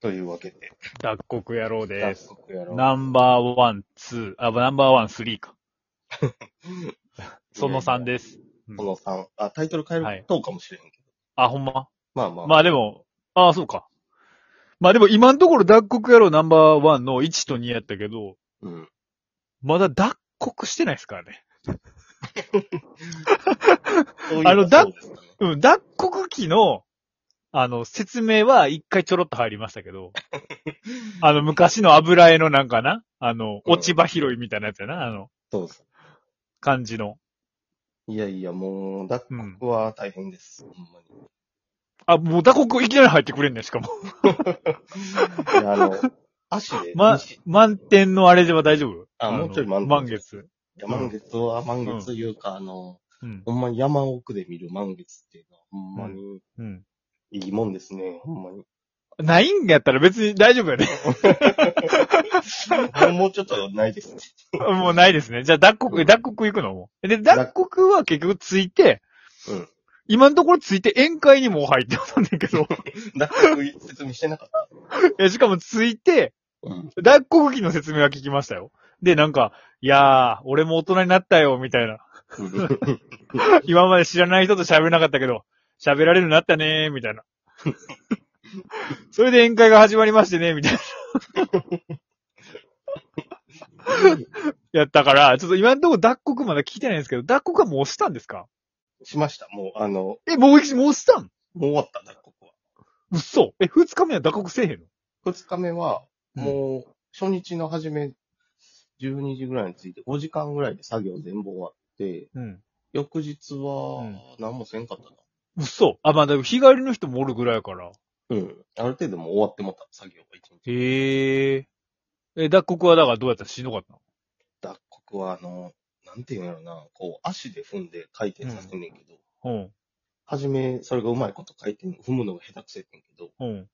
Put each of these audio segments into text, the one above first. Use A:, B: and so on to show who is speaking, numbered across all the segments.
A: というわけで。
B: 脱穀野郎です。
A: 早速やろう
B: ナンバーワン、ツー、あ、ナンバーワン、スリ ーか。その3です。
A: この3。あ、タイトル変えるとかもしれんけ
B: あ、ほんま
A: ど。まあまあ。
B: まあでも、ああ、そうか。まあでも今のところ脱穀野郎ナンバーワンの1と2やったけど、
A: うん。
B: まだ脱穀してないですからね。
A: そういうは
B: あのだ
A: そうですかね。
B: うん、脱穀機の、あの、説明は一回ちょろっと入りましたけ ど、あの、昔の油絵のなんかな、あの、
A: うん
B: 落ち葉拾いみたいなやつやな、あの、
A: そうです。
B: 感じの。
A: いやいや、もう、脱
B: うん。
A: 穀は大変です。ほんまに。
B: あ、もう打刻いきなり入ってくれんねん、しかも。
A: いやあ の、足で、
B: ま
A: 西
B: 満点のあれでは大丈夫
A: あもうちょい満点
B: の満月。
A: いや満月は、満月いうか、あの、
B: うん。
A: ほんまに山奥で見る満月っていうのは、ほんまに
B: うん。
A: いいもんですね、ほんまに。
B: ないんやったら別に大丈夫や ね。
A: もうもうちょっとないです。
B: もうないですね。じゃあ、脱穀、脱穀行くのもう。で、脱穀は結局ついて、
A: うん
B: 今のところついて宴会にもう入ってたんだけ ど、
A: 脱穀説明してなかった。
B: えしかもついて、
A: うん。
B: 脱穀機の説明は聞きましたよ。で、なんか、いやー、俺も大人になったよ、みたいな。今まで知らない人と喋れなかったけど、喋られるようになったねー、みたいな。それで宴会が始まりましてね、みたいな。やったから、ちょっと今のところ脱穀まだ聞いてないんですけど、脱穀はもうしたんですか
A: しました、もう、あの、
B: え、もう、もうしたん
A: もう終わった、脱穀は。
B: 嘘。え、二日目は脱穀せえへんの
A: 二日目は、もう、初日の初め、12時ぐらいについて、5時間ぐらいで作業全部終わって、
B: うん。
A: 翌日
B: うん
A: は、何もせんかったな。
B: 嘘。あ、まあ、でも日帰りの人もおるぐらいやから。
A: うん。ある程度もう終わってもうた、作業が一日。
B: へえ。え、脱穀はだからどうやったらしんどかったの
A: 脱穀は、あの、なんていうんやろな、こう、足で踏んで回転させんねんけど、
B: うん。
A: はじめ、それがうまいこと回転、踏むのが下手くせってんけど、
B: うん。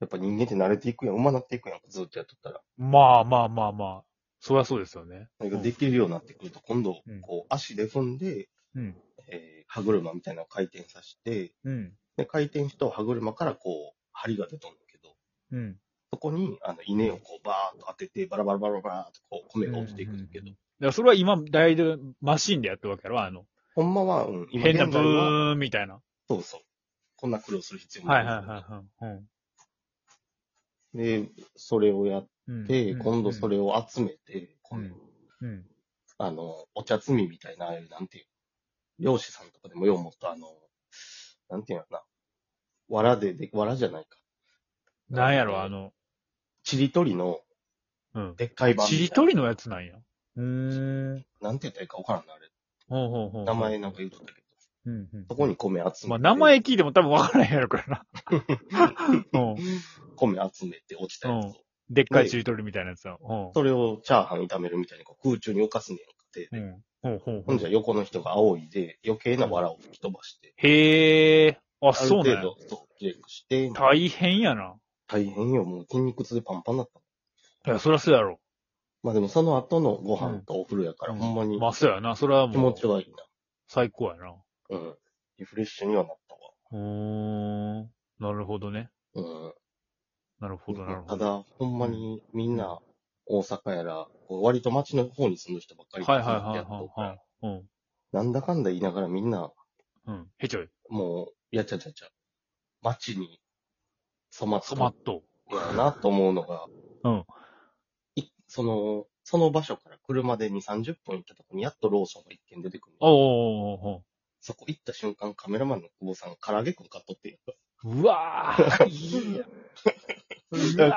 A: やっぱ人間って慣れていくやん、馬なっていくやん、ずっとやっとったら。
B: まあまあまあまあ。そりゃそうですよね。
A: それができるようになってくると、今度
B: うん、
A: こう、足で踏んで、
B: うん。
A: えー歯車みたいなのを回転させて、
B: うん。
A: で、回転した歯車からこう、針が出とんだけど、
B: うん。
A: そこに、あの、稲をこう、バーっと当てて、バラバラバラバラっとこう、米が落ちていくんだけど、
B: だからそれは今、大体マシンでやってるわけやろあの、
A: ほんまは、うん、今
B: 変な
A: 現
B: ブ
A: 在は、
B: ーンみたいな。
A: そうそう。こんな苦労する必要も
B: はいはい
A: な
B: はいはい。
A: い。で、それをやっ
B: うん。
A: て、今度そ
B: れ。
A: れを集めて、こういう
B: うんうん。
A: あの、お茶摘みみたいな、ああいうなんていう、漁師さんとかでもようもっとあの、なんていうのかな、藁でで、藁じゃないか。
B: なんやろ、あの、
A: ちりとりの、
B: うん。
A: でっかい版みたい
B: ち
A: な。
B: りとりのやつなんや。うーん。
A: なんて言ったらいいかわからんな、あれ。
B: ほうほうほう。
A: 名前なんか言うとったけど。
B: うんうん。
A: そこに米集めて。
B: まあ、名前聞いても多分分からへんやろから な。うん。
A: 米集めて落ちたやつを。
B: うんでっかいちりとりみたいなやつだ。う
A: それをチャーハン炒めるみたいにこう空中に浮かすねやんかて。
B: ん。うん。ほうほうほ
A: ほん
B: う
A: じ。ゃ横の人が仰いで余計な藁を吹き飛ばして。
B: へえ。あ、
A: ある
B: そう
A: 程
B: なんや。
A: 度、そう、レックして。
B: 大変やな。
A: 大変よ、もう筋肉痛でパンパンだった。
B: いや、そりゃそうやろ。
A: まあでもその後のご飯とお風呂やから、
B: うん
A: ほんまに
B: まあ、そうやな。それは
A: 気
B: も
A: 持
B: う
A: ち、はいい
B: 最高やな。
A: な。うん。リフレッシュにはなった
B: うーん。なるほどね。
A: わ。
B: なるほど、な
A: う
B: る
A: ん。
B: ほ
A: た
B: ど。
A: だ、ほんまにみんな大阪やら、こう割と町の方に住む人ばっかり
B: はいはいはい
A: やっとるか
B: はい
A: ら
B: はい。うん。
A: なんだかんだ言いながらみんな
B: うん。へちょい。
A: もう、やっちゃっちゃっちゃ。街に染まった
B: 染まっと
A: やなと思うのが、
B: う。うん。
A: いその、その場所から車で2、30分行ったとこにやっとローソンが一軒出てくる。
B: おーおーお
A: そこ行った瞬間カメラマンの久保さん、唐揚げくん買っとってんや
B: ーおーうわー。いいや。うわ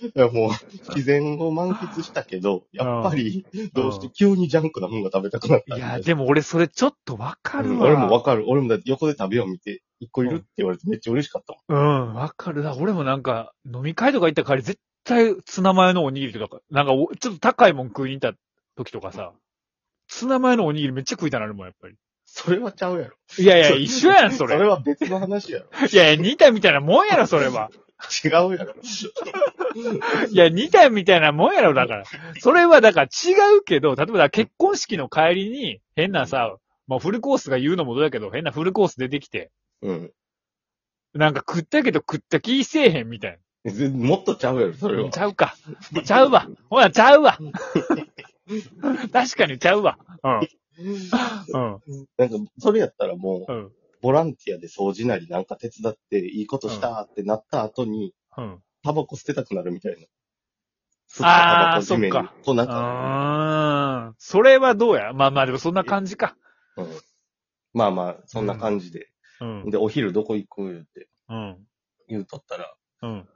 B: ー。
A: いや、もう、自然を満喫したけど、やっぱり、どうして急にジャンクなもんが食べたくなった
B: い
A: んだよ
B: や、でも俺それちょっとわか
A: う
B: る
A: ん
B: わ。
A: 俺もわかる。俺もだって横で食べよう見て、一個いるって言われてめっちゃ嬉しかったもん。
B: うん、わかるな。俺もなんか、飲み会とか行った帰り、絶対ツナマヨのおにぎりとか、なんかお、ちょっと高いもん食いに行った時とかさ、ツナマヨのおにぎりめっちゃ食いたなるもん、やっぱり。
A: それは ちゃうやろ。
B: いやいや、
A: それ
B: 一緒やん、そ
A: そ
B: れ。
A: れは別の話やろ。
B: いやいや、似たみたいなもんやろ、それは。
A: 違うやろ。
B: いや、似たみたいなもんやろ、だから。それは、だから違うけど、例えばだから結婚式の帰りに、変なさ、まあフルコースが言うのもどうやけど、変なフルコース出てきて、
A: うん。
B: なんか食ったけど食った気せえへんみたいな。
A: ぜもっとちゃうやろ、それは。
B: ちゃうか。ちゃうわ。ほら、ちゃ うわ。確かにちゃうわ。うん。
A: なんか、それやったらもう、
B: うん。
A: ボランティアで掃除なりなんか手伝って、いいことしたってなった後に、
B: うん。
A: タバコ捨てたくなるみたいな。吸っ
B: あー
A: 地面に
B: そっか。
A: こうなんか、
B: あーそれはどうやまあまあ、でもそんな感じか。
A: うんまあまあ、そんな感じで。
B: うん。
A: で、お昼どこ行くって
B: うん。
A: 言うとったら、
B: うん。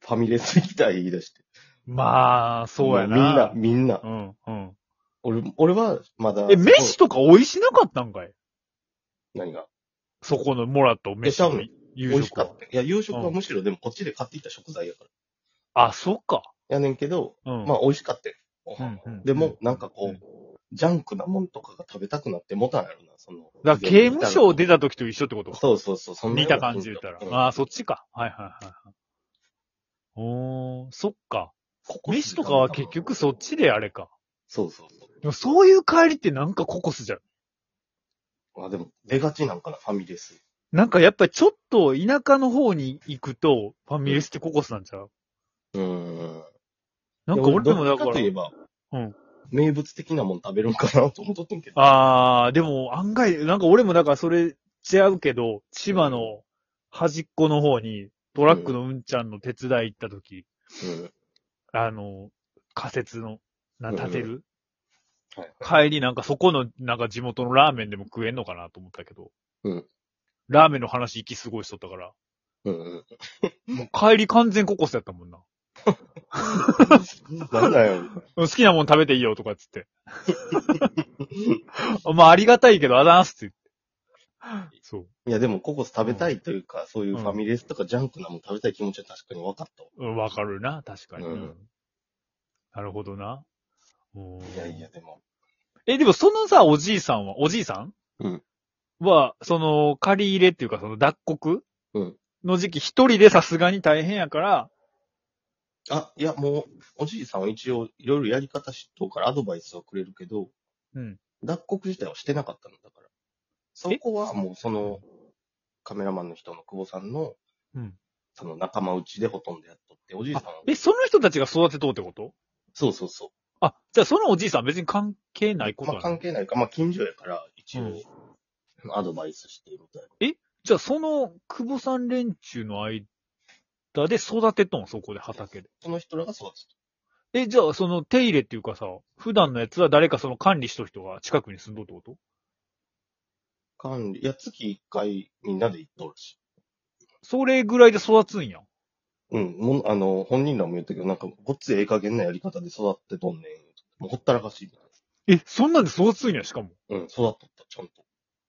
A: ファミレス行きたい言い出して。
B: まあ、そうやな。
A: もうみんな、みんな。
B: うん、うん。
A: 俺、俺はまだ。
B: え、飯とか美味しなかったんかい
A: 何が
B: そこのもらったお飯
A: いや多
B: の
A: 分美
B: 夕
A: 味し
B: 食
A: か
B: は
A: っ。た。いや、夕食は
B: うん
A: むしろでもこっちで買ってきた食材やから。
B: あ、そっか。
A: やねんけど、
B: うん。
A: まあ美味しかったよ。
B: うんうん
A: でも、なんか
B: う
A: こ
B: ん
A: う、ジャンクなもんとかが食べたくなってもたんやろな、その。
B: だから刑務所を出た時と一緒ってことか。
A: そうそうそう、そんな
B: 見
A: ような
B: た感じで言ったら。
A: うん
B: ああ、そっちか。はいはいはいはい。おー、そっか。
A: ここ
B: 飯とかは結局そっちであれか。
A: そうそうそ
B: でもそういう帰りってなんかココスじゃん。
A: う。あ、でも、出がちなんかな、ファミレス。
B: なんかやっぱりちょっと田舎の方に行くと、ファミレスってココスなんちゃう
A: うーん。
B: なんか俺でもだか
A: どっちといえ
B: ら。
A: ば、
B: うん
A: 名物的なもん食べるんかなと思っとってんけど。
B: ああ、でも案外、なんか俺もだからそれ違うけど、千葉の端っこの方にトラックのうんちゃんの手伝い行った時、
A: うん。
B: あの、仮設の、な、建てる、
A: はい。
B: 帰りなんかそこの、なんか地元のラーメンでも食えんのかなと思ったけど。
A: うん
B: ラーメンの話息すごいしとったから。
A: うんうん。
B: もう帰り完全ココスやったもんな。
A: なんだよ。
B: 好きなもん食べていいよとかっ つって。まあありがたいけど、あざーすって言って。そう。
A: いや、でも、ココス食べたいというか、そういうファミレスとかジャンクなもん食べたい気持ちは確かに分かったわ
B: うんわかるな、確かに。
A: うん
B: なるほどな。うん
A: いやいや、。でも。
B: え、でもそのさ、おじいさんは、おじいさん
A: うん
B: は、その、借り入れっていうか、その脱穀
A: うん
B: の時期、一人でさすがに大変やから、
A: あ、いや、もう、おじいさんは一応、いろいろやり方知っとうからアドバイスをくれるけど、
B: うん。
A: 脱穀自体はしてなかったんだから。そこはもう、その、カメラマンの人の久保さんの、
B: うん
A: その仲間内でほとんどやっとって、おじいさんは
B: あ、え、その人たちが育てとうってこと
A: そうそうそ。
B: あ、じゃあそのおじいさんは別に関係ないうこと
A: まあ
B: なの、
A: 関係ないか、まあ近所やから、一
B: うん
A: 応、アドバイスしてみたいな。
B: じゃあその、久保さん連中の間で育てとん、そこで畑で。
A: その人らがそう
B: え、じゃあその手入れっていうかさ、普段のやつは誰かその管理しとる人が近くに住んどるってこと
A: 管理、いや、月一回みんなで行っとるし。
B: それぐらいで育つんや。
A: うん、もうあの、本人らも言ったけど、なんか、ごっつええ加減なやり方で育ってとんねん。もうほったらかしい。
B: え、そんなんで育つんや、しかも。
A: うん、育っとった、ちゃんと。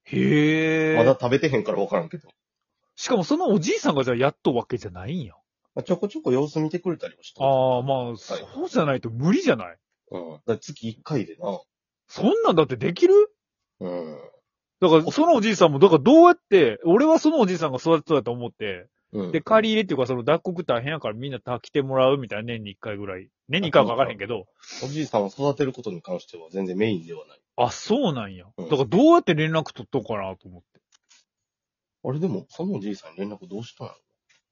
B: へえ。
A: まだ食べてへんから分からんけど。
B: しかもそのおじいさんがじゃあやっとうわけじゃないんや。
A: まあ、ちょこちょこ様子見てくれたりもして
B: ああ、まあ、そうじゃないと無理じゃない
A: あ。うん。だから月一回でな。
B: そんなんだってできる
A: うん。
B: だから、そのおじいさんも、だからどうやって、俺はそのおじいさんが育てそうだと思って、
A: うん。
B: で、借り入れっていうか、その脱穀大変やからみんな来てもらうみたいな年に一回ぐらい。年に一回はかからへんけど、
A: おじいさんを育てることに関しては全然メインではない。
B: あ、そうなんや。
A: うん
B: だからどうやって連絡取っとこうかなと思って。
A: あれでも、そのおじいさんに連絡どうしたの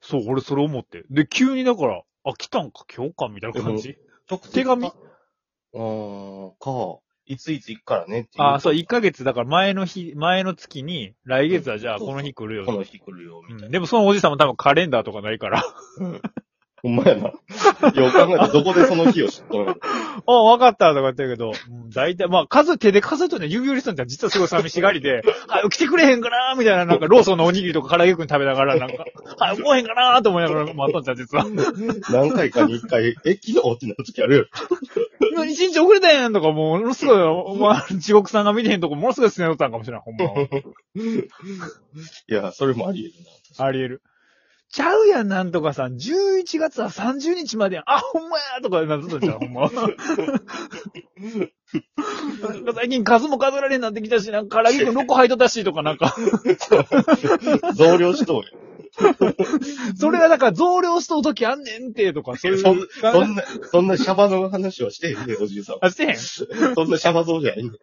B: そう、俺それ思って。で、急にだから、あ、来たんか今日かみたいな感じ。
A: 直接
B: 手紙
A: あうーん、か。いついつ行くからねっていう。
B: ああ、そう、1ヶ月、だから前の日、前の月に、来月はじゃあ
A: そうそ
B: こ
A: う
B: の日来るよ
A: こ。の日来るよ、
B: う
A: みたい
B: ん
A: な。
B: でもそのおじさんも多分カレンダーとかないから。
A: うん。ほんまやな。よう考えたらどこでその日を知っとるの
B: あ、わかったとか言ってるけど、うん大体、まあ数、手で数えとね、指折りさんって実はすごい寂しが りで、はよ来てくれへんかなーみたいな、なんかローソンのおにぎりとか唐揚げくん食べながら、 なんか、はよ来おへんかなーと思いながら待っとんじゃん、実は。
A: 何回かに一回、え、昨日ってなる時あるよ。
B: もう一日遅れたやんとか、もうものすごい、お前、地獄さんが見てへんとこ、ものすごいすねとったんかもしれん、ほんまは。
A: いや、それもあり得るな。
B: あり得る。ちゃうやん、なんとかさん。11月は30日までやん。あ、ほんまやとかなってたじゃん、ほ んま。なんか最近数も数えられになってきたし、なんか唐揚げくん6個入っとったし、とかなんか。
A: 増量しとうよ。
B: それはだから増量しとう時あんねんて、とか、そうい う
A: そんそ
B: 感
A: ん
B: じ。
A: な、そんなシャバの話はしてへんねん、おじいさんは。
B: あ、してへん。シ
A: そんなシャバ像じゃないねん。
B: ャ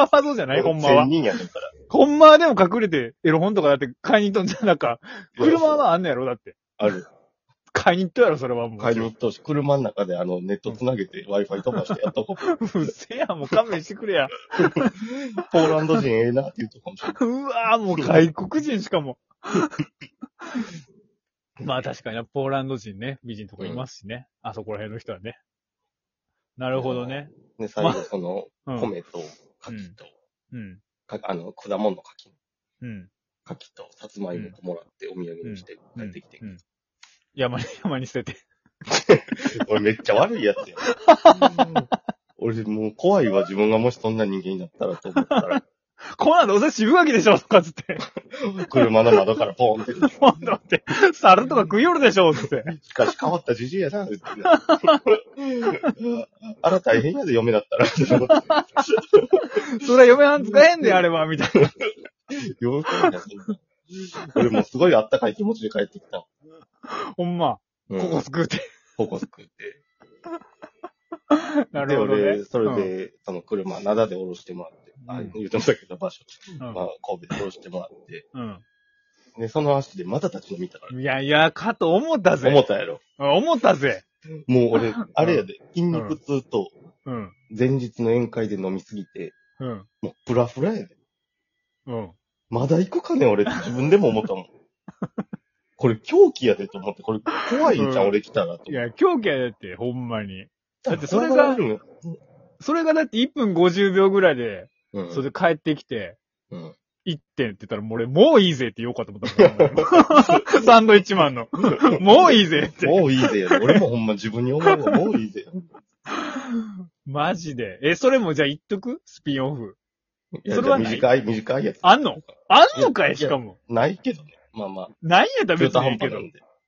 B: ワーゾーンじゃないほんまは
A: 千。人やねんから。
B: ほんまはでも隠れて、エロ本とかだって買いに行っとんじゃん。なんか、車はあんのやろだって。
A: ある。
B: 買いに行ったやろ、それはもう。
A: 買いに行ってほしい。車の中であの、ネットつなげて Wi-Fi 飛ばしてやっとこう。
B: うっせや、もう勘弁してくれや。
A: ポーランド人ええなって言うとかもしれな
B: うわぁ、もう外国人しかも。 まあ確かにな、ポーランド人ね、美人とかいますしね。あそこら辺の人はね。なるほどね。
A: い。で、最後その、
B: うん。
A: 米と、柿と、
B: うん。
A: かあの、果物の柿、
B: うん。
A: 柿と、さつまいもともらってお土産にして帰ってきて。
B: うん。山に、 山に捨てて。
A: 俺めっちゃ悪いやつや。 俺もう怖いわ、自分がもしそんな人間になったらと思ったら、
B: こんなんどうせ渋柿でしょとかつって。
A: 車の窓からポーンって、
B: 今度って、猿とか食いよるでしょつって。
A: しかし変わったじじいやな、って言ってねあら大変やで、嫁だったら。
B: それは嫁はん使えんで、あれは、みたいな。
A: よくないなそんな俺もうすごいあったかい気持ちで帰ってきた。
B: ほんま、
A: うん
B: ここ救うて。
A: ここ救って。
B: な
A: で、
B: るほどね
A: 俺、。それで、その車、灘で降ろしてもらって、あ
B: うん
A: 言うてましたけど、場所、
B: うん
A: まあ、神戸で降ろしてもらって、
B: うん。
A: で、その足でまた立ち飲みたか
B: いやいや、かと思った
A: ら。
B: ぜ。
A: 思ったやろ。
B: うん思ったぜ。
A: もう俺、あれやで、筋肉痛と、
B: うん。
A: 前日の宴会で飲みすぎて、
B: うん。
A: もうフラフラやで。
B: うん。
A: まだ行くかね俺って自分でも思 ったもん。これ狂気やでと思って、これ怖いじゃん、
B: うん
A: 俺来たらと。
B: いや、狂気やだって、ほんまに。だってそれ
A: 怖
B: が
A: がるよ
B: それがだって1分50秒ぐらいで、
A: うん、
B: それで帰ってきて、
A: うん。
B: 1点って言ったら、もう俺、もういいぜって言おうかと思った もん。サンドイッチマンの。もういいぜって。
A: もういいぜ。俺もほんま自分に思うわ。もういいぜ。
B: マジで。え、それもじゃあ言っとくスピンオフ。
A: いや
B: それはない
A: 短い、短いやつ。
B: あんのあんのか
A: いや
B: いしかも。
A: ないけどね。まあまあ。
B: ないんやったら
A: 中
B: 別
A: 途
B: にい
A: 半
B: いけ
A: 端
B: ど
A: な。んで。